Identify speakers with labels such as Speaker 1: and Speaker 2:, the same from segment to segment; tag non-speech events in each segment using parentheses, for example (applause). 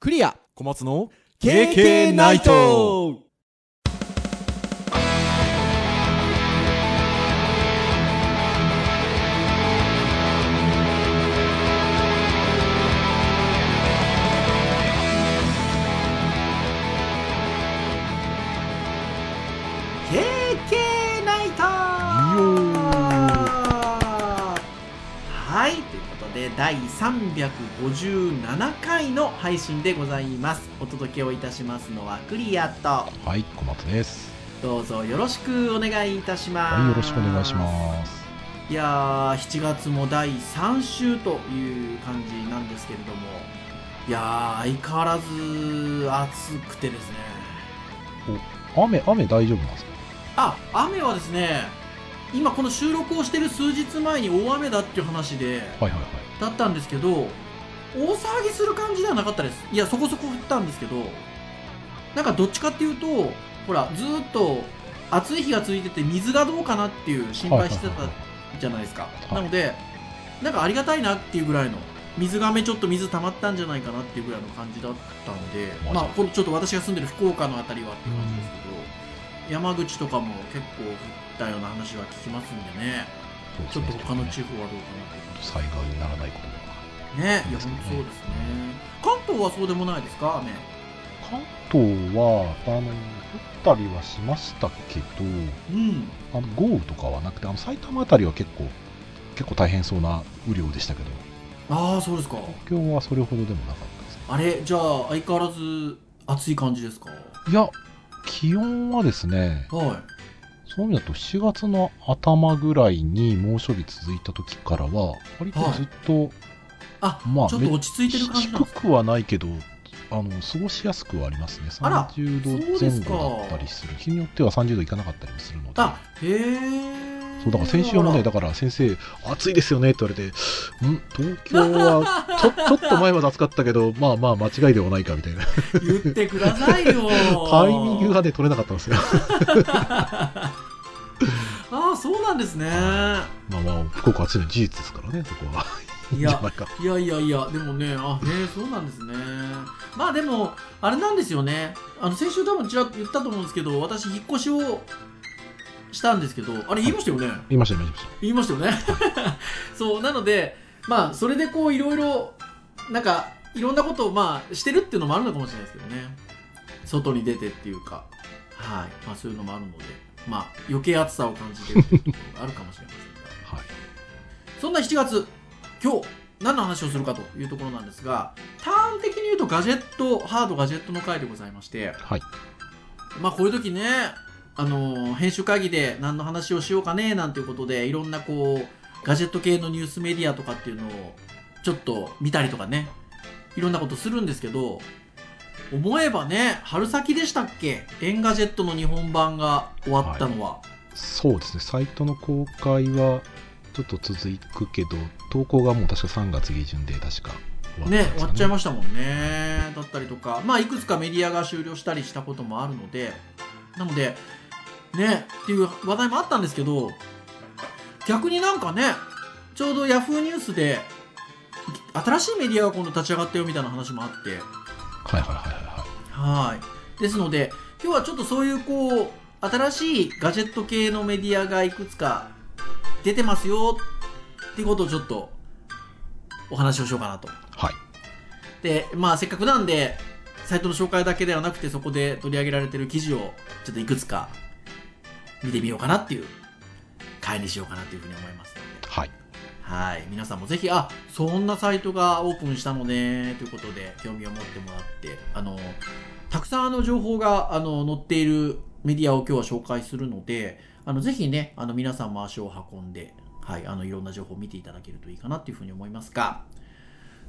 Speaker 1: クリア
Speaker 2: 小松の
Speaker 1: KK ナイト
Speaker 3: ナイトはいということで第357回の配信でございますお届けをいたしますのはクリアと
Speaker 4: はい、小松です。
Speaker 3: どうぞよろしくお願いいたします、
Speaker 4: はい、よろしくお願いします。
Speaker 3: いやー7月も第3週という感じなんですけれどもいやー相変わらず暑くてですね
Speaker 4: 雨、雨大丈夫なんですか
Speaker 3: あ雨はですね今この収録をしてる数日前に大雨だっていう話で
Speaker 4: はいはいは
Speaker 3: だったんですけど大騒ぎする感じではなかったですいやそこそこ降ったんですけどなんかどっちかっていうとほらずーっと暑い日が続いてて水がどうかなっていう心配してた
Speaker 4: はいはい
Speaker 3: じゃないですか、
Speaker 4: い
Speaker 3: なのでなんかありがたいなっていうぐらいの水がめちょっと水溜まったんじゃないかなっていうぐらいの感じだったので
Speaker 4: マジ
Speaker 3: まあこのちょっと私が住んでる福岡の辺りはっていう感じですけど山口とかも結構降ったような話は聞きますんでね
Speaker 4: い。
Speaker 3: ちょっと他の地方はどう
Speaker 4: 方
Speaker 3: かなっていう
Speaker 4: 災害にならないことだ
Speaker 3: ね、い
Speaker 4: いい
Speaker 3: や、
Speaker 4: です
Speaker 3: 本
Speaker 4: ね
Speaker 3: 当そうですね。関東はそうでもないですか、雨。
Speaker 4: な関東は、あの、降ったりはしましたけど、
Speaker 3: うん。
Speaker 4: あの豪雨とかはなくて、あの埼玉あたりは結構、結構大変そうな雨量でしたけど、
Speaker 3: ああ、そうですか。
Speaker 4: 東京はそれほどでもなかったですね。
Speaker 3: あれ、じゃあ、相変わらず暑い感じですか。
Speaker 4: いや、気温はですね、
Speaker 3: は
Speaker 4: そういう意味だと7月の頭ぐらいに猛暑日続いた時からは、割とずっと、
Speaker 3: あ
Speaker 4: ま
Speaker 3: い。ちょっと落ち着いてる感じなん
Speaker 4: 低
Speaker 3: ですか。
Speaker 4: くはないけどあの過ごしやすくはありますね
Speaker 3: あら
Speaker 4: 30度
Speaker 3: そうで
Speaker 4: 前
Speaker 3: すか
Speaker 4: 後だったりする日によっては30度いかなかったりもするので
Speaker 3: あ、へえ。
Speaker 4: そうだから先週もねだ
Speaker 3: か
Speaker 4: から先生暑いですよねって言われてん東京は
Speaker 3: (laughs)
Speaker 4: ちょちょっと前まで暑かったけどまあまあ間違いではないかみたいな。
Speaker 3: ら。言ってくださいよ
Speaker 4: (laughs) タイミングが。ね取れなかったんですよ
Speaker 3: ああ、そうなんですね。
Speaker 4: まあまあ福岡は暑いのは事実ですからねそこはいい
Speaker 3: い
Speaker 4: んじゃ
Speaker 3: や
Speaker 4: な。いか
Speaker 3: いやいやいや、でもね、あ、ね、そうなんですね。まあでも、あれなんですよね。あの、先週多分ちらっと言ったと思うんですけど、私、引っ越しをしたんですけど、あれ言いましたよね。
Speaker 4: (laughs) 言いました言いました
Speaker 3: 言いましたよね。 (laughs) そう、なので、まあ、それでこう、いろいろ、なんか、いろんなことを、まあ、してるっていうのもあるのかもしれないですけどね。外に出てっていうか、はい。まあ、そういうのもあるので、まあ、余計暑さを感じてるっていうのもあるかもしれませんが。
Speaker 4: はい
Speaker 3: そんな7月、今日、何の話をするかというところなんですが、ターン的に言うとガジェット、ハードガジェットの回でございまして、
Speaker 4: はい
Speaker 3: まあこういう時ね、あのー編集会議で何の話をしようかね、なんていうことで、いろんなこう、ガジェット系のニュースメディアとかっていうのを、ちょっと見たりとかね、いろんなことするんですけど、思えばね、春先でしたっけエンガジェットの日本版が終わったのは。
Speaker 4: そうですねサイトの公開はちょっと続くけど投稿がもう確か3月下旬で確か終わったん
Speaker 3: ね
Speaker 4: ですか
Speaker 3: 終わっちゃいましたもんねだったりとかまあいくつかメディアが終了したりしたこともあるのでなのでねっていう話題もあったんですけど逆になんかねちょうど Yahoo ニュースで新しいメディアが今度立ち上がったよみたいな話もあって
Speaker 4: はいはいはいはいはい
Speaker 3: はいですので今日はちょっとそういうこう新しいガジェット系のメディアがいくつか出てますよっていうことをちょっとお話をしようかなと
Speaker 4: はい
Speaker 3: で、まあ、せっかくなんで、サイトの紹介だけではなくて、そこで取り上げられてる記事を、ちょっといくつか、見てみようかなっていう、回にしようかなというふうに思いますので。
Speaker 4: はい
Speaker 3: はい。皆さんもぜひ、あ、そんなサイトがオープンしたのね、ということで、興味を持ってもらって、あの、たくさんあの情報が、あの、載っているメディアを今日は紹介するので、あの、ぜひね、あの、皆さんも足を運んで、はい、あの、いろんな情報を見ていただけるといいかなというふうに思いますが、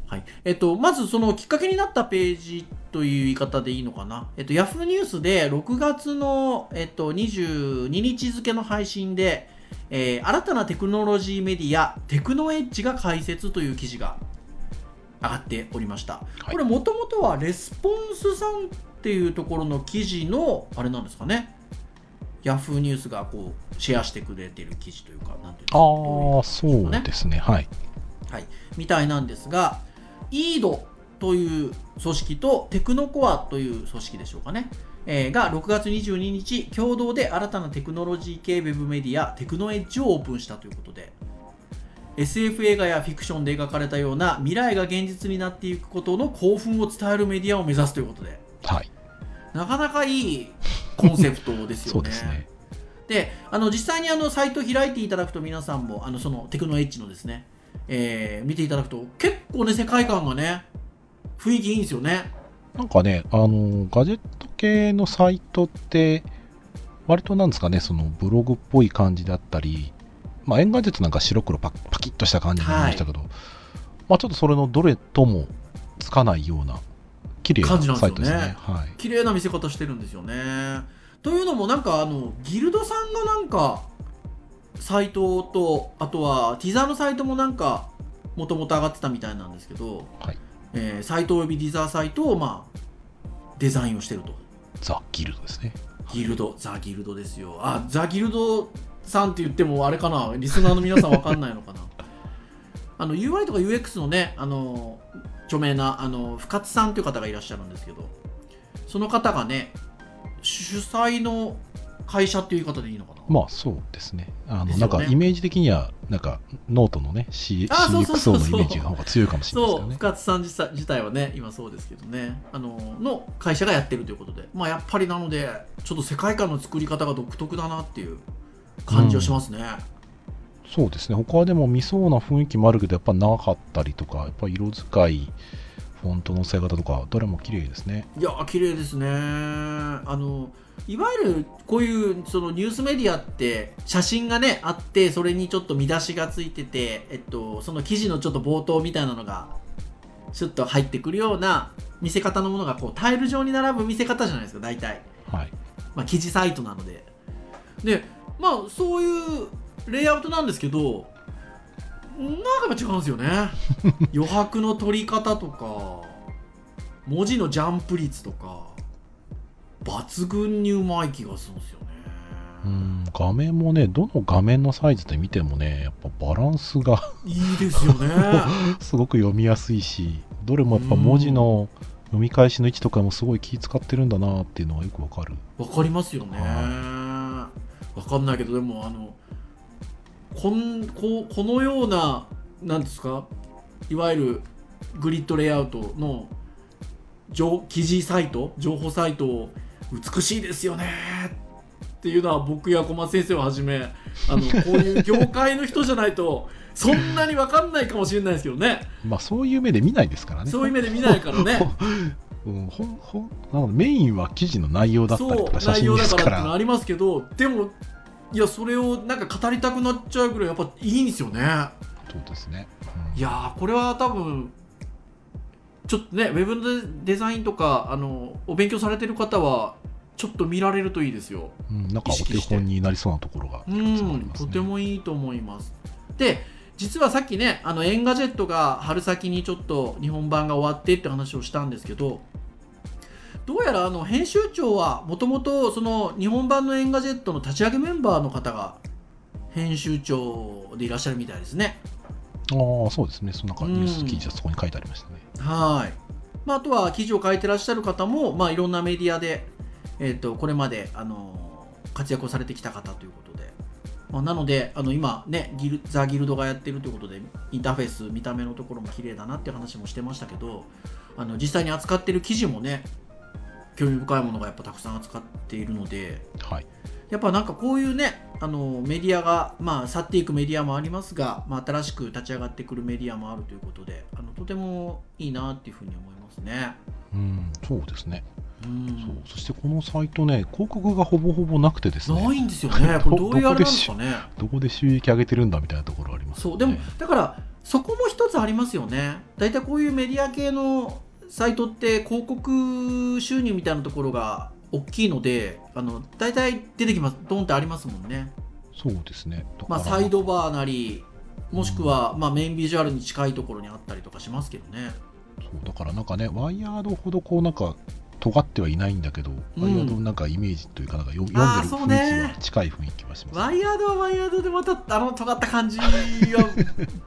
Speaker 3: はい。えっと、まずそのきっかけになったページという言い方でいいのかな。えっと、Yahoo ニュースで6月の、えっと、22日付の配信で、えー新たなテクノロジーメディア、テクノエッジが開設という記事が上がっておりました。
Speaker 4: はい
Speaker 3: これもともとはレスポンスさんっていうところの記事の、あれなんですかね。Yahoo ニュースがこう、シェアしてくれてる記事というか、なんていう
Speaker 4: あ
Speaker 3: の
Speaker 4: あそうですねはい
Speaker 3: みたいなんですが、イードという組織とテクノコアという組織でしょうかね、えーが6月22日共同で新たなテクノロジー系ウェブメディアテクノエッジをオープンしたということで SF 映画やフィクションで描かれたような未来が現実になっていくことの興奮を伝えるメディアを目指すということで
Speaker 4: はい、
Speaker 3: なかなかいいコンセプトです
Speaker 4: (laughs) そ
Speaker 3: よ
Speaker 4: う
Speaker 3: ね
Speaker 4: ですね。
Speaker 3: であの実際にあのサイト開いていただくと皆さんもあのそのテクノエッジのですね、えー見ていただくと結構ね世界観がね雰囲気いいんですよね
Speaker 4: なんかね、あの、ガジェット系のサイトって、割となんですかね、そのブログっぽい感じだったり、まあ、円ガジェットなんか白黒パパキッとした感じになりましたけど、まあ、ちょっとそれのどれともつかないような、綺麗
Speaker 3: 感じな
Speaker 4: なん
Speaker 3: です
Speaker 4: サ
Speaker 3: よ
Speaker 4: イ
Speaker 3: ね
Speaker 4: トですね。はい。
Speaker 3: 綺麗な見せ方してるんですよねというのもなんかあのギルドさんがなんかサイトとあとはティザーのサイトもなんかもともと上がってたみたいなんですけど、
Speaker 4: はい
Speaker 3: えーサイトおよびティザーサイトをまあデザインをしてると
Speaker 4: ザ・ギルドですね。
Speaker 3: ギルド、ザ・ギルドですよ。あ、ザ・ギルドさんって言ってもあれかな、リスナーの皆さんわかんないのかな。 (laughs) あの UI とか UX のね、あの著名なあの深津さんという方がいらっしゃるんですけど、その方がね、主催の会社っていう言い方でいいのかな。
Speaker 4: まあそうですね。あの
Speaker 3: ですよね
Speaker 4: なんかイメージ的には、なんかノートのね、C-
Speaker 3: あそうそうそうそう
Speaker 4: CXO のイメージの方が強いかもしれないです
Speaker 3: そ
Speaker 4: よ
Speaker 3: う、
Speaker 4: ね。
Speaker 3: 深津さん自体自体はね、今そうですけどね、あのの会社がやってるということで、まあやっぱりなので、ちょっと世界観の作り方が独特だなっていう感じはしますね。
Speaker 4: そうですね。他でも見そうな雰囲気もあるけど、やっぱなかったりとか、やっぱ色使い、フォントの使い方とか、どれも綺麗ですね。
Speaker 3: いやー綺麗ですねあのいわゆるこういうそのニュースメディアって写真がねあってそれにちょっと見出しがついてて、えっと、その記事のちょっと冒頭みたいなのがちょっと入ってくるような見せ方のものがこうタイル状に並ぶ見せ方じゃないですか大体、
Speaker 4: はい。
Speaker 3: まあ、記事サイトなのででまあそういうレイアウトなんですけどなんか違うんですよね余白の取り方とか文字のジャンプ率とか抜群にうまい気がするんですよね
Speaker 4: うん、画面もね、どの画面のサイズで見てもね、やっぱバランスが (laughs)
Speaker 3: いいですよね
Speaker 4: すごく読みやすいし、どれもやっぱ文字の読み返しの位置とかもすごい気使ってるんだなっていうのがよくわかる。
Speaker 3: わかりますよねわかんないけどでもあのこんここのようななんですかいわゆるグリッドレイアウトの情記事サイト情報サイトを美しいですよねっていうのは僕や小松先生をはじめあのこういう業界の人じゃないとそんなに分かんないかもしれないですけどね
Speaker 4: まあそういう目で見ないですからね。
Speaker 3: そういう目で見ないからね
Speaker 4: うん、ほんほんなのでメインは記事の内容だったりと
Speaker 3: そう
Speaker 4: か写真ですか
Speaker 3: 内容だか
Speaker 4: ら
Speaker 3: らってのありますけどでもいやそれをなんか語りたくなっちゃうぐらいやっぱいいんですよね
Speaker 4: そうですね、うん
Speaker 3: いやーこれは多分ちょっとねウェブのデザインとかあのお勉強されてる方はちょっと見られるといいですよ
Speaker 4: うんなん
Speaker 3: 意
Speaker 4: かお
Speaker 3: 識
Speaker 4: 手
Speaker 3: して
Speaker 4: 本になりそうなところがいく
Speaker 3: う
Speaker 4: つもあり
Speaker 3: ん
Speaker 4: ます
Speaker 3: と
Speaker 4: ね
Speaker 3: てもいいと思いますで実はさっきねあのエンガジェットが春先にちょっと日本版が終わってって話をしたんですけどどうやらあの編集長はもともとその日本版のエンガジェットの立ち上げメンバーの方が編集長でいらっしゃるみたいですね
Speaker 4: ああそうですねそのなんかニュース記事はそこに書いてありましたね、
Speaker 3: はい、まあ、あとは記事を書いてらっしゃる方も、まあ、いろんなメディアで、えー、とこれまで、あのー活躍をされてきた方ということで、まあ、なのであの今ねギルザ・ギルドがやってるということでインターフェース見た目のところも綺麗だなっていう話もしてましたけどあの実際に扱ってる記事もね興味深いものがやっぱたくさん扱っているので
Speaker 4: はい
Speaker 3: やっぱなんかこういうねあのメディアが、まあ、去っていくメディアもありますが、まあ、新しく立ち上がってくるメディアもあるということであのとてもいいなっていうふうに思いますね。
Speaker 4: うんそうですね、
Speaker 3: う
Speaker 4: そうんそしてこのサイトね広告がほぼほぼなくてです
Speaker 3: な
Speaker 4: ね
Speaker 3: いんですよ (laughs) ね。これどういうあれなんですかね。
Speaker 4: どこで収益上げてるんだみたいなところあります
Speaker 3: そ
Speaker 4: よ
Speaker 3: う
Speaker 4: ね
Speaker 3: でもだからそこも一つありますよね。だいたいこういうメディア系のサイトって広告収入みたいなところが大きいのであのだいたい出てきますドンってありますもんね。
Speaker 4: そうですねだか
Speaker 3: まあ、
Speaker 4: ら
Speaker 3: サイドバーなりもしくは、まあ、メインビジュアルに近いところにあったりとかしますけどね
Speaker 4: そうだからなんかねワイヤードほどこうなんか尖ってはいないんだけど、
Speaker 3: うん
Speaker 4: ワイヤードのなんかイメージというかなんかよ読
Speaker 3: あー
Speaker 4: んでる
Speaker 3: そう
Speaker 4: 雰囲
Speaker 3: ね
Speaker 4: 気は近い雰囲気はします、
Speaker 3: ワイヤードはワイヤードでまたあの尖った感じ
Speaker 4: (laughs)
Speaker 3: は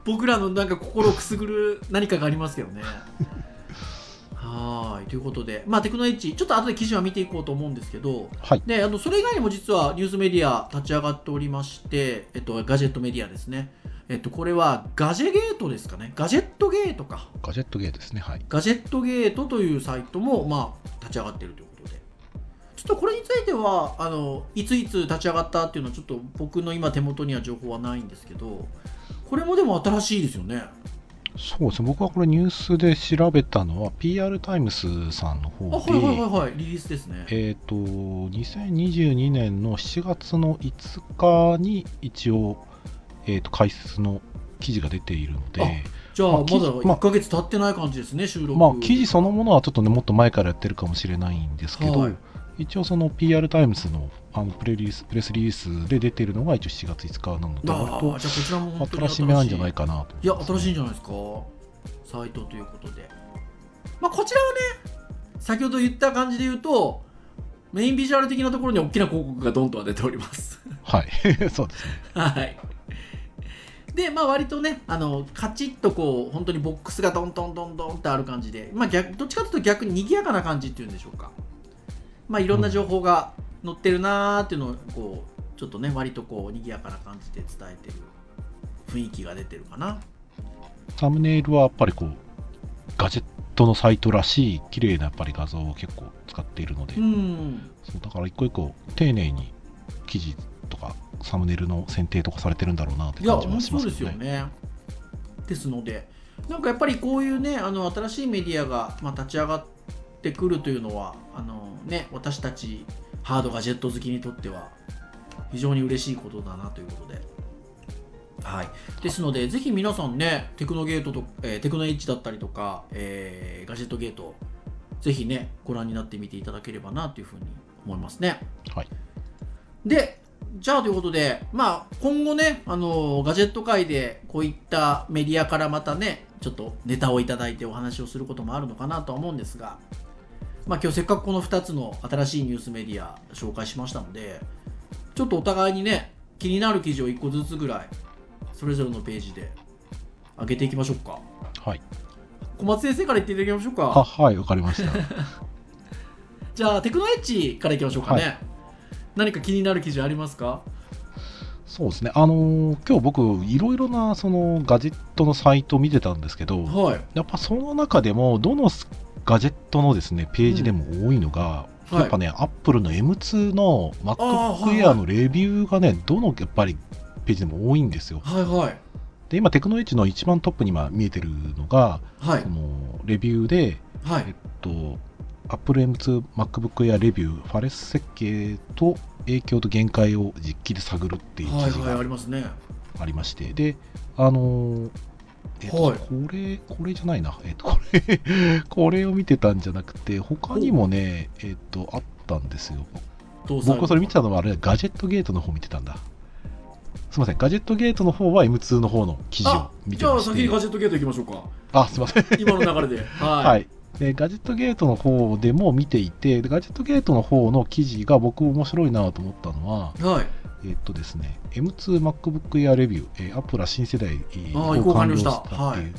Speaker 3: 僕らのなんか心をくすぐる何かがありますけどねはーいということで、まあ、テクノエッジ、ちょっと後で記事は見ていこうと思うんですけど、
Speaker 4: はい
Speaker 3: であのそれ以外にも実はニュースメディア立ち上がっておりまして、えっと、ガジェットメディアですね、えっと、これはガジェゲートですかね、ガジェットゲートか、
Speaker 4: ガジェットゲーですね。はい。
Speaker 3: ガジェットゲートというサイトも、まあ、立ち上がっているということで、ちょっとこれについてはあの、いついつ立ち上がったっていうのは、ちょっと僕の今、手元には情報はないんですけど、これもでも新しいですよね。
Speaker 4: そうですね。僕はこれニュースで調べたのは PR タイムスさんの
Speaker 3: あ、は
Speaker 4: 方
Speaker 3: いはいはい
Speaker 4: で、
Speaker 3: はい、リリースですね。
Speaker 4: えっ、と、2022年の7月の5日に一応、えっ、と、解説の記事が出ているの
Speaker 3: あ
Speaker 4: で、
Speaker 3: じゃあ、
Speaker 4: ま
Speaker 3: ま
Speaker 4: あ
Speaker 3: だ
Speaker 4: 記事
Speaker 3: 1
Speaker 4: まあ
Speaker 3: ヶ月経ってない感じですね、収録。
Speaker 4: まあ、記事そのものはちょっとね、もっと前からやってるかもしれないんですけど、
Speaker 3: はい
Speaker 4: 一応その PR タイムズのあのプレリースプレスリリースで出てるのが一応7月5日なので、
Speaker 3: あ
Speaker 4: 割
Speaker 3: あ
Speaker 4: と
Speaker 3: じゃあこちらも本当に
Speaker 4: 新しめなんじゃないかなと
Speaker 3: いや、新しいん
Speaker 4: じ
Speaker 3: じゃないですか。サイトということで。まあ、こちらはね、先ほど言った感じで言うと、メインビジュアル的なところに大きな広告がドンとは出ております。 (laughs)
Speaker 4: ゃはい (laughs) そうですね
Speaker 3: はい。で、まあ、割とね、あの、カチッとこう、本当にボックスがドンドンドンドンってある感じで、まあ、逆、どっちかというと逆に賑やかな感じっていうんでしょうか。まあ、いろんな情報が載ってるなーっていうのを、こう、ちょっとね、割とこう、賑やかな感じで伝えてる雰囲気が出てるかな。
Speaker 4: サムネイルはやっぱりこうガジェットのサイトらしい綺麗なやっぱり画像を結構使っているので、
Speaker 3: うん。
Speaker 4: そうだから一個一個丁寧に記事とかサムネイルの選定とかされてるんだろうなって
Speaker 3: いや、
Speaker 4: 感じ
Speaker 3: 本
Speaker 4: は
Speaker 3: 当
Speaker 4: しま
Speaker 3: そう
Speaker 4: す
Speaker 3: です
Speaker 4: け
Speaker 3: よ
Speaker 4: どね
Speaker 3: ね。ですので、なんかやっぱりこういうね、あの新しいメディアが、まあ、立ち上がってくるというのは、あのね、私たちハードガジェット好きにとっては、非常に嬉しいことだなということで。はい、ですので、ぜひ皆さんね、テクノゲートと、えーテクノエッジだったりとか、えーガジェットゲート、ぜひね、ご覧になってみていただければなというふうに思いますね。
Speaker 4: はい
Speaker 3: で、じゃあということで、まあ、今後ね、あのガジェット界でこういったメディアからまたね、ちょっとネタをいただいてお話をすることもあるのかなとは思うんですが、まあ、今日せっかくこの2つの新しいニュースメディア紹介しましたので、ちょっとお互いにね、気になる記事を1個ずつぐらい、それぞれのページで上げていきましょうか。
Speaker 4: はい
Speaker 3: 小松先生から言っていただきましょう
Speaker 4: あ
Speaker 3: か。
Speaker 4: はいわかりました
Speaker 3: じゃあ、テクノエッジからいきましょうかね。
Speaker 4: は
Speaker 3: 何か気になる記事ありますか
Speaker 4: そうですねあのー今日僕いろいろなそのガジェットのサイトを見てたんですけど、
Speaker 3: はい。
Speaker 4: やっぱその中でもどのガジェットのですねページでも多いのが、
Speaker 3: うんはい
Speaker 4: やっぱね、アップルの M2 の
Speaker 3: あー
Speaker 4: MacBook
Speaker 3: はいはい
Speaker 4: Air のレビューがね、どのやっぱりページでも多いんですよ。
Speaker 3: はいはい。
Speaker 4: で、今、テクノエッジの一番トップに今見えてるのが、
Speaker 3: はい
Speaker 4: そ。のレビューで、
Speaker 3: はい
Speaker 4: えっ。と、Apple M2 MacBook Air レビュー、ファレス設計と影響と限界を実機で探るっていう記
Speaker 3: はい
Speaker 4: 事
Speaker 3: はい、あ
Speaker 4: が
Speaker 3: りますね。
Speaker 4: ありまして、で、あのーえっと
Speaker 3: はい
Speaker 4: これ、これじゃないな、えっと、これ、 (laughs) これを見てたんじゃなくて、他にもね、えっと、あったんですよ。
Speaker 3: どうされ
Speaker 4: 僕はそれ見てたのは、あれ、ガジェットゲートの方見てたんだ。すみません、ガジェットゲートの方は M2 の方の記事を
Speaker 3: あ
Speaker 4: 見て
Speaker 3: じゃ
Speaker 4: ま
Speaker 3: あ
Speaker 4: し
Speaker 3: 先にガ
Speaker 4: て、
Speaker 3: ジェットゲート行きましょ
Speaker 4: (laughs)
Speaker 3: う
Speaker 4: あ、すみません。
Speaker 3: か。今の流れで。
Speaker 4: は
Speaker 3: はい。
Speaker 4: い。でガジェットゲートの方でも見ていて、でガジェットゲートの方の記事が僕面白いなと思ったのは、
Speaker 3: はい。
Speaker 4: えっとですね、M2MacBook Air レビュー、えー、アップルは新世代、えー移
Speaker 3: あー
Speaker 4: 行完了した
Speaker 3: 移行完了した
Speaker 4: っていう、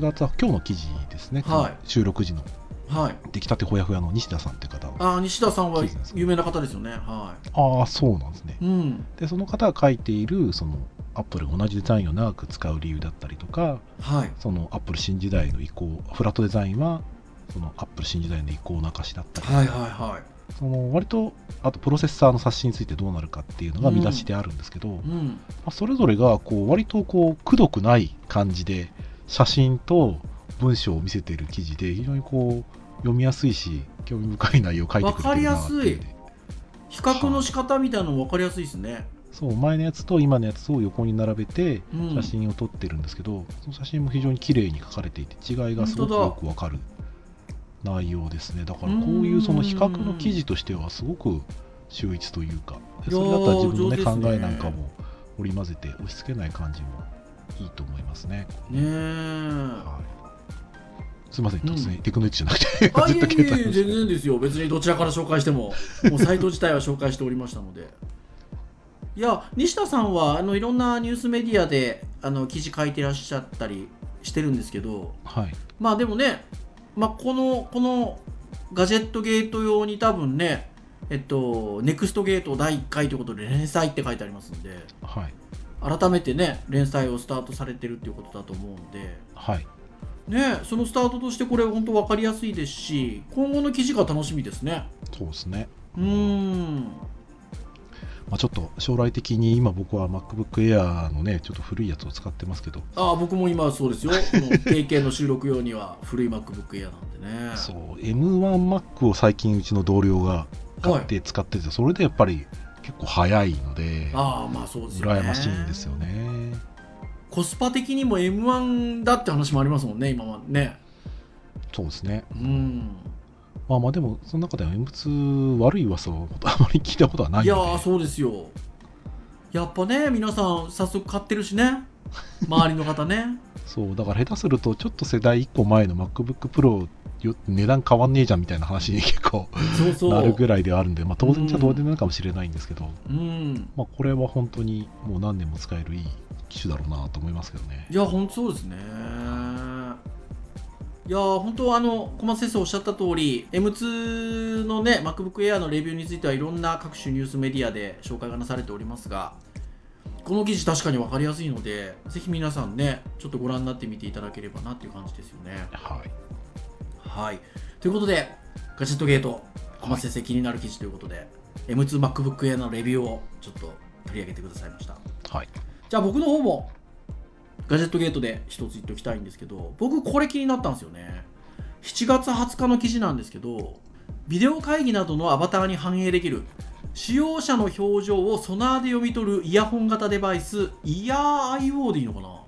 Speaker 4: 7月は今日の記事ですね、
Speaker 3: はい
Speaker 4: 収録時の
Speaker 3: はい。
Speaker 4: 出来たてほやほやの西田さんっていう方
Speaker 3: あ、西田さんは
Speaker 4: そうですね
Speaker 3: 有名な方ですよね。は
Speaker 4: ああ、そうなんですね
Speaker 3: い。。うん。
Speaker 4: で、その方が書いている、その、アップルが同じデザインを長く使う理由だったりとか、
Speaker 3: はい。
Speaker 4: そのアップル新時代の移行、フラットデザインは、そのアップル新時代の移行の証だったりとか、
Speaker 3: はいはいは
Speaker 4: その割と、あとプロセッサーの刷新についてどうなるかっていうのが見出しであるんですけど、
Speaker 3: い。うん。
Speaker 4: まあ、それぞれがこう割とこうくどくない感じで写真と文章を見せている記事で非常にこう読みやすいし興味深い内容を書いてくれてるなっていう
Speaker 3: わかりや
Speaker 4: ね
Speaker 3: 比較の仕方みたいなの分かりやすいですね。
Speaker 4: そう前のやつと今のやつを横に並べて
Speaker 3: うん。
Speaker 4: 写真を撮ってるんですけど、その写真も非常に綺麗に書かれていて違いがすごくよくわかる内容ですねだからこういうその比較の記事としてはすごく秀逸というかで
Speaker 3: いやー
Speaker 4: それだったら自分の、
Speaker 3: 上手
Speaker 4: ね
Speaker 3: ですね
Speaker 4: 考えなんかも織り交ぜて押し付けない感じもいいと思いますね。
Speaker 3: ねえ。
Speaker 4: はい、すみません、
Speaker 3: うん
Speaker 4: 突然、テクノエッジじゃなくて、
Speaker 3: あ、
Speaker 4: ず
Speaker 3: い
Speaker 4: っ
Speaker 3: え
Speaker 4: と
Speaker 3: いえい
Speaker 4: 携
Speaker 3: え、
Speaker 4: 帯
Speaker 3: 全然ですよ。別にどちらから紹介しても、もうサイト自体は紹介しておりましたので。いや、西田さんは、あの、いろんなニュースメディアで、あの、記事書いてらっしゃったりしてるんですけど、
Speaker 4: はい、
Speaker 3: まあでもね、まあ、この、このガジェットゲート用に多分ね、えっと、ネクストゲート第1回ということで連載って書いてありますので、
Speaker 4: はい
Speaker 3: 改めてね、連載をスタートされてるっていうことだと思うので、
Speaker 4: はい
Speaker 3: ね、そのスタートとしてこれ本当分かりやすいですし、今後の記事が楽しみですね。
Speaker 4: そうですね、
Speaker 3: うーん。
Speaker 4: まあ、ちょっと将来的に今僕は MacBookAir のねちょっと古いやつを使ってますけど
Speaker 3: ああ、僕も今そう
Speaker 4: (laughs)
Speaker 3: ですよ。この KK の収録用には古い MacBook Air なんでね。
Speaker 4: そう M1Mac を最近うちの同僚が買って使ってて、それでやっぱり結構早いので
Speaker 3: ああ、まあそうですよね。
Speaker 4: 羨ましいんですよね
Speaker 3: コスパ的にも M1 だって話もありますもんね、今はね。
Speaker 4: そうですね
Speaker 3: うん。
Speaker 4: まあまあでもその中では M2 悪い噂をあまり聞いたことはない
Speaker 3: い
Speaker 4: の
Speaker 3: や
Speaker 4: で
Speaker 3: ー、そうですよ。やっぱね、皆さん早速買ってるしね。周りの方
Speaker 4: (laughs)
Speaker 3: ね。
Speaker 4: そうだから下手するとちょっと世代1個前の MacBookPro よ値段変わんねえじゃんみたいな話に結構
Speaker 3: そうそう。
Speaker 4: なるぐらいではあるんで、まあ、当然じゃ当然なのかもしれないんですけど、
Speaker 3: うん。
Speaker 4: まあ、これは本当にもう何年も使えるいい機種だろうなと思いますけどね
Speaker 3: いや、本当そうですね。いやー本当あの小松先生おっしゃった通り M2 のね MacBook Air のレビューについてはいろんな各種ニュースメディアで紹介がなされておりますがこの記事確かに分かりやすいのでぜひ皆さんねちょっとご覧になってみていただければなっていう感じですよね。
Speaker 4: はい
Speaker 3: はいということでガジェットゲート小松先生気になる記事ということで M2MacBook Air のレビューをちょっと取り上げてくださいました。
Speaker 4: はい
Speaker 3: じゃあ僕の方もガジェットゲートで一つ言っておきたいんですけど僕これ気になったんですよね7月20日の記事なんですけどビデオ会議などのアバターに反映できる使用者の表情をソナーで読み取るイヤホン型デバイスイヤー IO でいいのかなっ
Speaker 4: は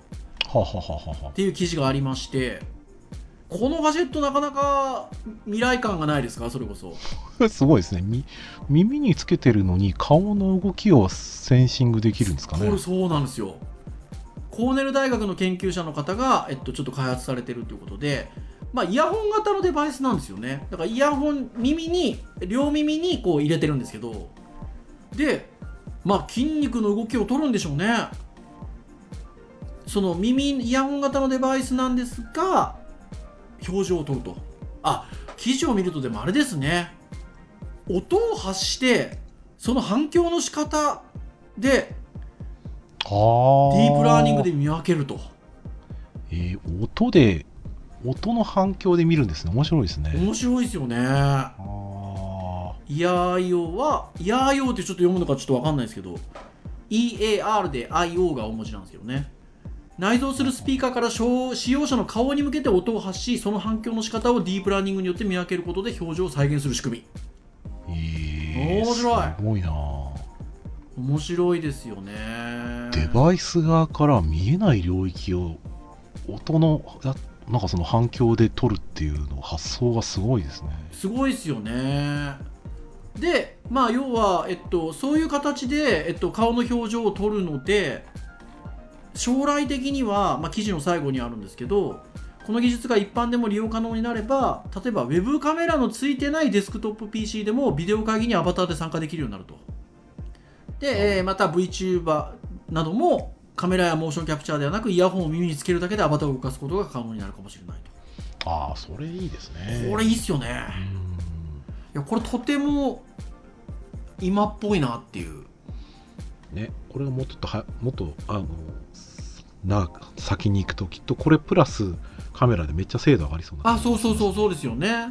Speaker 4: あ、はあはあはあは
Speaker 3: ていう記事がありましてこのガジェットなかなか未来感がないですかそれこそ
Speaker 4: あ、 (laughs) すごいですねみ耳につけてるのに顔の動きをセンシングできるんですかね
Speaker 3: そうそうなんですよコーネル大学の研究者の方が、えっと、ちょっと開発されてるということで、まあ、イヤホン型のデバイスなんですよねだからイヤホン耳に両耳にこう入れてるんですけどでまあ筋肉の動きを取るんでしょうねその耳イヤホン型のデバイスなんですが表情を取るとあ記事を見るとでもあれですね音を発してその反響の仕方で
Speaker 4: あー
Speaker 3: ディープラーニングで見分けると
Speaker 4: えー音で音の反響で見るんですね面白いですね
Speaker 3: 面白いですよね
Speaker 4: あー
Speaker 3: イヤーイオはイヤーイオってちょっと読むのかちょっと分かんないですけど EAR で IO が大文字なんですけどね内蔵するスピーカーから使使用者の顔に向けて音を発しその反響の仕方をディープラーニングによって見分けることで表情を再現する仕組
Speaker 4: えー
Speaker 3: 面白い
Speaker 4: すごいな
Speaker 3: み面白いですよね
Speaker 4: デバイス側から見えない領域を音のやなんかその反響で取るっていうの発想がすごいですね
Speaker 3: すごいですよねでまあ要は、えっと、そういう形で、えっと、顔の表情を撮るので将来的には、まあ、記事の最後にあるんですけどこの技術が一般でも利用可能になれば例えば Web カメラのついてないデスクトップ PC でもビデオ会議にアバターで参加できるようになるとで、えーまた VTuber などもカメラやモーションキャプチャーではなくイヤホンを耳につけるだけでアバターを動かすことが可能になるかもしれない
Speaker 4: ああそれいいですね
Speaker 3: とこれいいっすよね
Speaker 4: うん
Speaker 3: いやこれとても今っぽいなっていう
Speaker 4: ねこれがもうちょっとはもっとあのな先に行くときっとこれプラスカメラでめっちゃ精度上がりそうな
Speaker 3: あそうそうそうそうですよね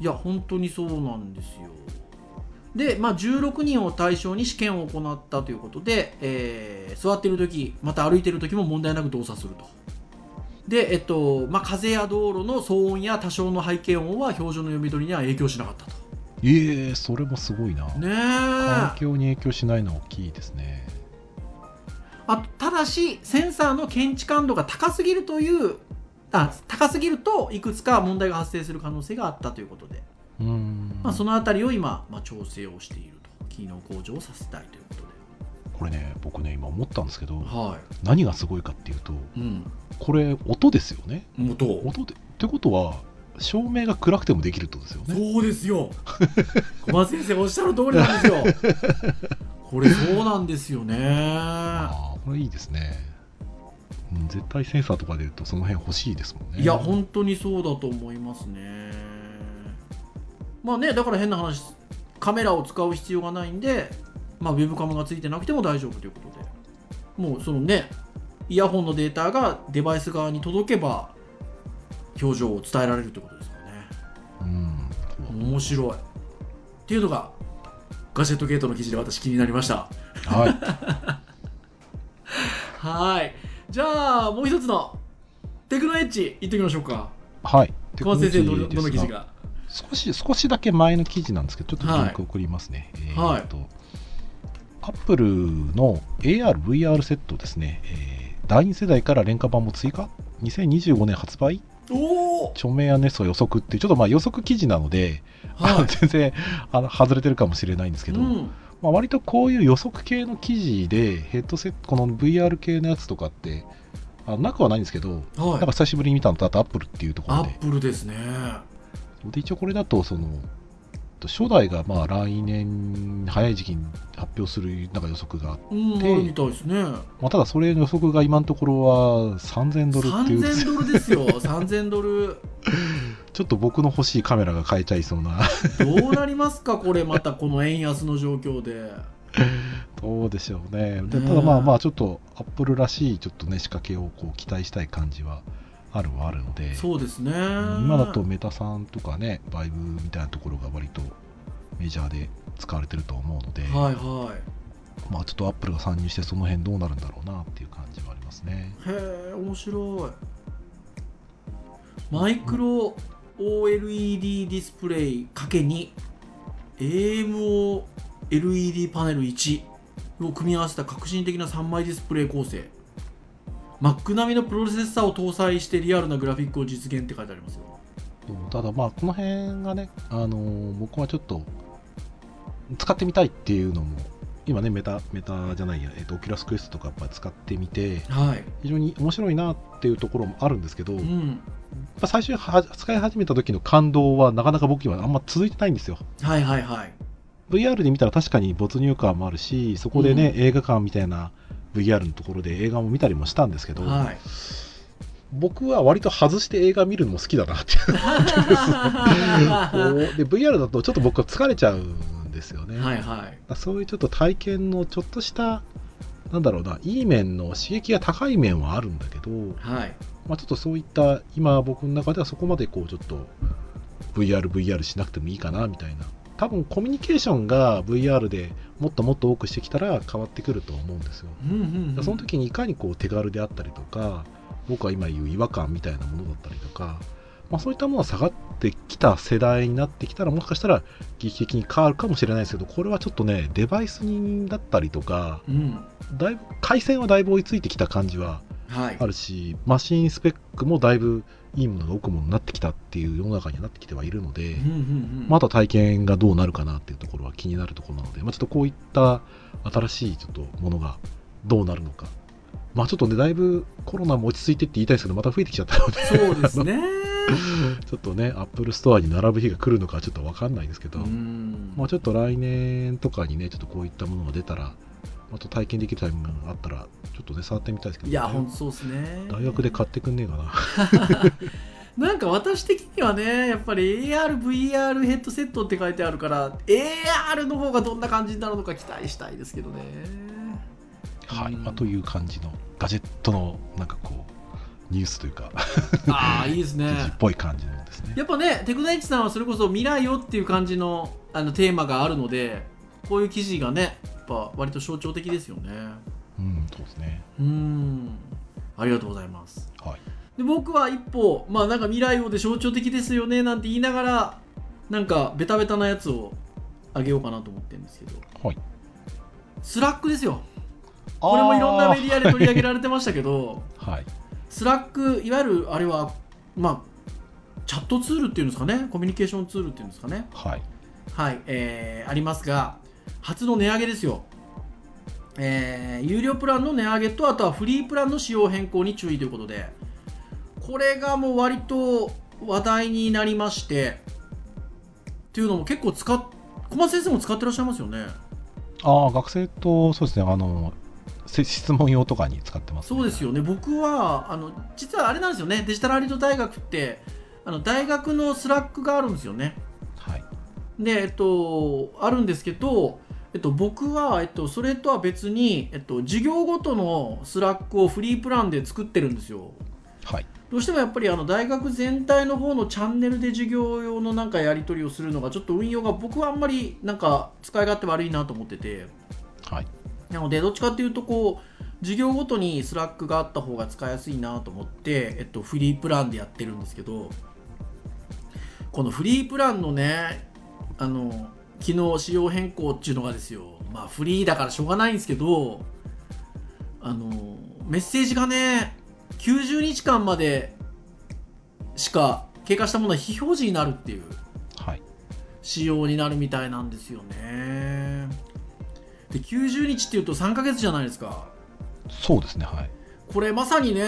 Speaker 3: いや本当にそうなんですよで、まあ、16人を対象に試験を行ったということで、えー座っている時また歩いている時も問題なく動作するとで、えっとまあ、風や道路の騒音や多少の背景音は表情の読み取りには影響しなかったと
Speaker 4: ええそれもすごいな、
Speaker 3: ね
Speaker 4: 環
Speaker 3: え
Speaker 4: 境に影響しないのは大きいですね
Speaker 3: あとただしセンサーの検知感度が高すぎるというあ高すぎるといくつか問題が発生する可能性があったということで、
Speaker 4: うん、
Speaker 3: まあ、そのあたりを今、まあ、調整をしていると機能向上をさせたいということで
Speaker 4: これね僕ね今思ったんですけど
Speaker 3: は
Speaker 4: 何がすごいかっていうと
Speaker 3: いうん
Speaker 4: これ音ですよね
Speaker 3: 元を
Speaker 4: 音でってことは照明が暗くてもできるってことですよね
Speaker 3: そうです (laughs) よ小松先生おっしゃる通りなんですよ (laughs) これそうなんですよね
Speaker 4: ああこれいいですねうん絶対センサーとかで言うとその辺欲しいですもんね
Speaker 3: いや本当にそうだと思いますねまあねだから変な話カメラを使う必要がないんで、まあ、ウェブカムがついてなくても大丈夫ということでもうそのねイヤホンのデータがデバイス側に届けば表情を伝えられるということですからね
Speaker 4: うん
Speaker 3: 面白いっていうのがガジェットゲートの記事で私気になりました
Speaker 4: はい
Speaker 3: はいじゃあもう一つのテクノエッジいってみましょうか
Speaker 4: はい
Speaker 3: 小松先生ど
Speaker 4: テ
Speaker 3: の
Speaker 4: クノ
Speaker 3: ど
Speaker 4: ロ
Speaker 3: の
Speaker 4: ジ
Speaker 3: 記
Speaker 4: ーです
Speaker 3: 事
Speaker 4: が
Speaker 3: が
Speaker 4: 少し少しだけ前の記事なんですけどちょっとリンク送りますね、
Speaker 3: はい
Speaker 4: えーっと、アップルの ARVR セットですね、えー第2世代から廉価版も追加2025年発売
Speaker 3: おお
Speaker 4: 著名やネスト予測っていうちょっとまあ予測記事なので、
Speaker 3: は
Speaker 4: (laughs) 全然あの外れてるかもしれないんです
Speaker 3: い、
Speaker 4: け
Speaker 3: う
Speaker 4: ど、
Speaker 3: ん、
Speaker 4: まあ、割とこういう予測系の記事でヘッドセットこの VR 系のやつとかってあなくはないんですけど
Speaker 3: は
Speaker 4: なんか
Speaker 3: い
Speaker 4: 久しぶりに見たのとあとアップルっていうとこ
Speaker 3: ア
Speaker 4: ろで
Speaker 3: ップルですね
Speaker 4: で一応これだとその初代がまあ来年早い時期に発表するなんか予測が、
Speaker 3: うんあ
Speaker 4: で
Speaker 3: るみたいですね
Speaker 4: まあ、ただそれの予測が今のところは3000ドルっていう
Speaker 3: 3000ドルですよ3000ドル
Speaker 4: (laughs) ちょっと僕の欲しいカメラが買えちゃいそうな (laughs)
Speaker 3: どうなりますかこれまたこの円安の状況
Speaker 4: (laughs)
Speaker 3: で
Speaker 4: どうでしょう
Speaker 3: う
Speaker 4: ねで
Speaker 3: ん
Speaker 4: ただまあまあちょっとアップルらしいちょっとね仕掛けをこう期待したい感じはあるはあるので
Speaker 3: そうですね
Speaker 4: 今だとメタさんとかねバイブみたいなところが割とメジャーで使われてると思うので、
Speaker 3: はいはい
Speaker 4: まあちょっとアップルが参入してその辺どうなるんだろうなっていう感じはありますね
Speaker 3: へえ面白いマイクロ OLED ディスプレイ ×2 AMOLED パネル1を組み合わせた革新的な3枚ディスプレイ構成 Mac 並みのプロセッサーを搭載してリアルなグラフィックを実現って書いてありますよ
Speaker 4: ただまあこの辺がね、あのー僕はちょっと使ってみたいっていうのも今ねメタメタじゃないや、えっとオキュラスクエストとかやっぱり使ってみて
Speaker 3: はい
Speaker 4: 非常に面白いなっていうところもあるんですけど、
Speaker 3: う
Speaker 4: やっ
Speaker 3: ん
Speaker 4: ぱ最初には使い始めた時の感動はなかなか僕にはあんま続いてないんですよ
Speaker 3: はいはいはい
Speaker 4: VR で見たら確かに没入感もあるしそこでね、映画館みたいな VR のところで映画も見たりもしたんですけど、
Speaker 3: はい
Speaker 4: (laughs) 僕は割と外して映画見るのも好きだなってい
Speaker 3: (laughs)
Speaker 4: うこうで VR だとちょっと僕は疲れちゃうんですよね、
Speaker 3: はいはい
Speaker 4: そういうちょっと体験のちょっとしたなんだろうないい面の刺激が高い面はあるんだけど、
Speaker 3: はい
Speaker 4: まあ、ちょっとそういった今僕の中ではそこまでこうちょっと VRVR しなくてもいいかなみたいな多分コミュニケーションが VR でもっともっと多くしてきたら変わってくると思うんですよ
Speaker 3: うんうんうん
Speaker 4: その時にいかにこう手軽であったりとか僕は今言う違和感みたいなものだったりとか、まあ、そういったものが下がってきた世代になってきたらもしかしたら劇的に変わるかもしれないですけどこれはちょっとねデバイスにだったりとか
Speaker 3: うん
Speaker 4: だいぶ回線はだいぶ追いついてきた感じは
Speaker 3: はい
Speaker 4: あるしマシンスペックもだいぶいいものが多くものになってきたっていう世の中にはなってきてはいるので、
Speaker 3: うんうんうん
Speaker 4: まだ体験がどうなるかなっていうところは気になるところなので、まあ、ちょっとこういった新しいちょっとものがどうなるのか、まあ、ちょっとねだいぶコロナも落ち着いてって言いたいですけどまた増えてきちゃったので (laughs)
Speaker 3: そうですね
Speaker 4: ちょっとねアップルストアに並ぶ日が来るのかちょっと分かんないですけど、
Speaker 3: うん
Speaker 4: まあ、ちょっと来年とかにねちょっとこういったものが出たらまた体験できるタイミングがあったらちょっとね触ってみたいですけど、
Speaker 3: いや、ほんとそうですね。
Speaker 4: 大学で買ってくんねえかな。
Speaker 3: なんか私的にはね、やっぱり AR、VR ヘッドセットって書いてあるから、AR の方がどんな感じになるのか期待したいですけ
Speaker 4: (laughs)
Speaker 3: どね。
Speaker 4: はい、
Speaker 3: うん
Speaker 4: まあ、という感じのガジェットのなんかこうニュースというか
Speaker 3: ああ、いいですね
Speaker 4: 記。事っぽい感じのですね。
Speaker 3: やっぱね、テクナイチさんはそれこそ未来よっていう感じのあのテーマがあるので、こういう記事がね、やっぱ割と象徴的ですよね。
Speaker 4: うん、そうですね。
Speaker 3: うん。ありがとうございます。
Speaker 4: はい。
Speaker 3: で僕は一歩まあなんか未来王で象徴的ですよねなんて言いながらなんかベタベタなやつをあげようかなと思ってるんですけど
Speaker 4: はい。
Speaker 3: スラックですよこれもいろんなメデ
Speaker 4: ィ
Speaker 3: ィアで取り上げられてましたけど
Speaker 4: ア。はい。
Speaker 3: スラックいわゆるあれはまあチャットツールっていうんですかねコミュニケーションツールっていうんですかね
Speaker 4: はい。
Speaker 3: はい、えーありますが、初の値上げですよ。えー有料プランの値上げと、あとはフリープランの使用変更に注意ということで、これがもう割と話題になりまして、というのも結構使っ、小松先生も使ってらっしゃいますよね。
Speaker 4: ああ、学生と、そうですね、あの、せ質問用とかに使ってます、
Speaker 3: そうです
Speaker 4: よ。
Speaker 3: よね僕はあの実はあれなんですよねデジタルアリード大学ってあの大学のスラックがあるんですよね
Speaker 4: はい。
Speaker 3: で、えっと、あるんですけど、えっと、僕は、えっと、それとは別に、えっと、授業ごとのスラックをフリープランで作ってるんですよ。
Speaker 4: はい。
Speaker 3: どうしてもやっぱりあの大学全体の方のチャンネルで授業用のなんかやり取りをするのがちょっと運用が僕はあんまりなんか使い勝手悪いなと思ってて
Speaker 4: はい。
Speaker 3: なのでどっちかっていうとこう授業ごとにスラックがあった方が使いやすいなと思って、えっと、フリープランでやってるんですけどこのフリープランのねあの昨日仕様変更っていうのがですよまあフリーだからしょうがないんですけどあのメッセージがね90日間までしか経過したものは非表示になるっていう
Speaker 4: はい。
Speaker 3: 仕様になるみたいなんですよねで90日っていうと3ヶ月じゃないですか
Speaker 4: そうですね。はい。
Speaker 3: これまさにね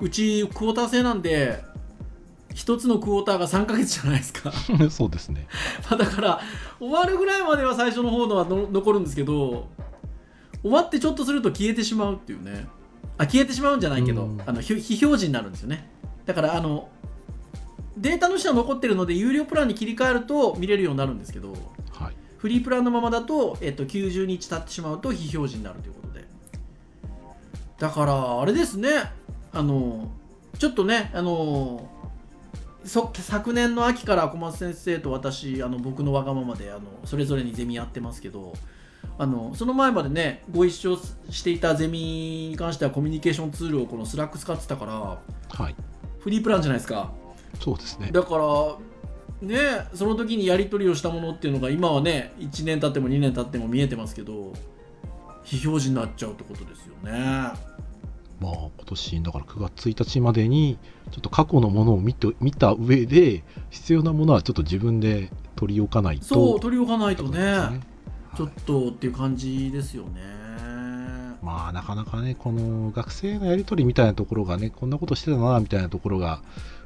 Speaker 3: うちクォーター制なんで1つのクォーターが3ヶ月じゃないですか (laughs)
Speaker 4: (laughs) そうですね。
Speaker 3: まあだから終わるぐらいまでは最初の方のはの残るんですけど終わってちょっとすると消えてしまうっていうねあ消えてしまうんじゃないけど
Speaker 4: うん
Speaker 3: あのひ非表示になるんですよねだからあのデータの下は残ってるので有料プランに切り替えると見れるようになるんですけど
Speaker 4: はい。
Speaker 3: フリープランのままだと,、えっと90日経ってしまうと非表示になるということでだからあれですねあのちょっとねあのそ昨年の秋から小松先生と私あの僕のわがままであのそれぞれにゼミやってますけどあのその前までねご一緒していたゼミに関してはコミュニケーションツールをこのスラック使ってたから
Speaker 4: はい。
Speaker 3: フリープランじゃないですか
Speaker 4: そうですね。
Speaker 3: だからねその時にやり取りをしたものっていうのが今はね1年経っても2年経っても見えてますけど非表示になっちゃうってことですよね
Speaker 4: まあ、今年、だから9月1日までに、ちょっと過去のものを見て見た上で、必要なものはちょっと自分で取り置かないと。
Speaker 3: そう取り置かない
Speaker 4: と
Speaker 3: と
Speaker 4: いうこと
Speaker 3: ね
Speaker 4: ですね
Speaker 3: ちょっとっていう感じですよね
Speaker 4: まあなかなかねこの学生のやり取りみたいなところがねこんなことしてたなみたいなところが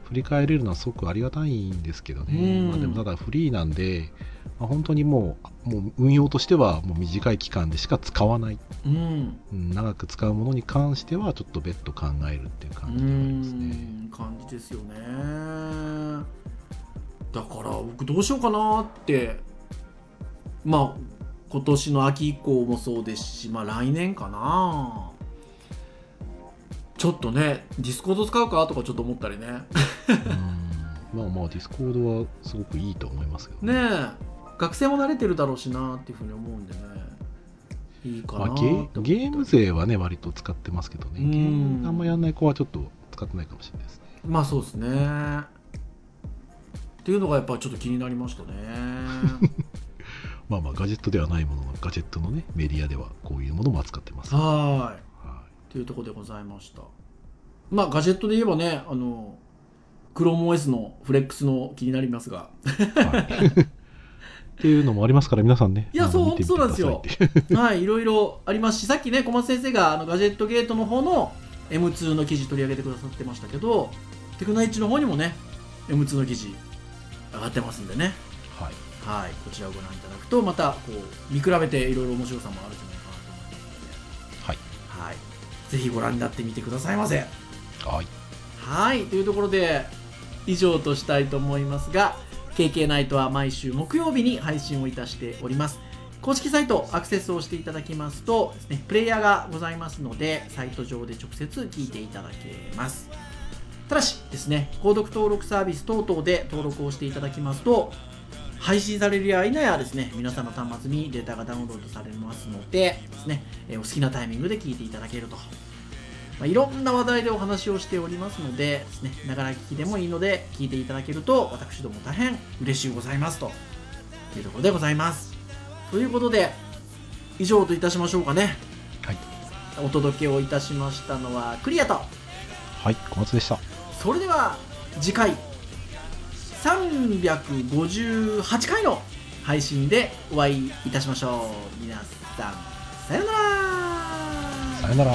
Speaker 4: 振り返れるのはすごくありがたいんですけどね、
Speaker 3: うん
Speaker 4: まあ、でもただフリーなんで、まあ、本当にもうもう運用としてはもう短い期間でしか使わない
Speaker 3: うん
Speaker 4: うん長く使うものに関してはちょっと別途考えるっていう
Speaker 3: う
Speaker 4: 感じではありますね
Speaker 3: ん感じですよねだから僕どうしようかなってまあ今年の秋以降もそうですしまあ来年かなちょっとねディスコード使うかとかちょっと思ったりね
Speaker 4: うんまあまあディスコードはすごくいいと思いますけど
Speaker 3: ねえ学生も慣れてるだろうしなっていうふうに思うんでねいいか
Speaker 4: ま
Speaker 3: な
Speaker 4: あ、
Speaker 3: って
Speaker 4: ゲ
Speaker 3: 思った
Speaker 4: ー
Speaker 3: り
Speaker 4: ゲーム勢はね割と使ってますけどね
Speaker 3: うん
Speaker 4: ゲームあんまやんない子はちょっと使ってないかもしれないですね
Speaker 3: まあそうですねっていうのがやっぱちょっと気になりましたね
Speaker 4: (laughs) まあまあガジェットではないもののガジェットのねメディアではこういうものも扱ってます。は
Speaker 3: はーい
Speaker 4: い
Speaker 3: というところでございましたまあガジェットで言えばねあの ChromeOS のフレックスの気になります
Speaker 4: (laughs)
Speaker 3: が (laughs)
Speaker 4: はい、っていうのもありますから皆さんね。
Speaker 3: いや
Speaker 4: あの
Speaker 3: そう
Speaker 4: 見てみて
Speaker 3: そうなんですよ
Speaker 4: くださいっていう
Speaker 3: はいいろいろありますしさっきね小松先生があのガジェットゲートの方の M2 の記事取り上げてくださってましたけどテクナイチの方にもね M2 の記事上がってますんでね
Speaker 4: はい。
Speaker 3: はいこちらをご覧いただくとまたこう見比べていろいろ面白さもあるんじゃないかなと思います
Speaker 4: はい。
Speaker 3: ので、はい、ぜひご覧になってみてくださいませ
Speaker 4: はい。
Speaker 3: はい、というところで以上としたいと思いますが KK ナイトは毎週木曜日に配信をいたしております公式サイトアクセスをしていただきますとですねプレイヤーがございますのでサイト上で直接聞いていただけますただしですね購読登録サービス等々で登録をしていただきますと配信されるや否やですね皆さんの端末にデータがダウンロードされますのでですねえーお好きなタイミングで聞いていただけるとまあ、いろんな話題でお話をしておりますのでですねながら聞きでもいいので聞いていただけると私ども大変嬉しゅうございますというところでございますということで以上といたしましょうかね
Speaker 4: はい。
Speaker 3: お届けをいたしましたのはクリアと
Speaker 4: はい。小松でした。
Speaker 3: それでは次回358回の配信でお会いいたしましょう皆さんさようなら
Speaker 4: さよなら。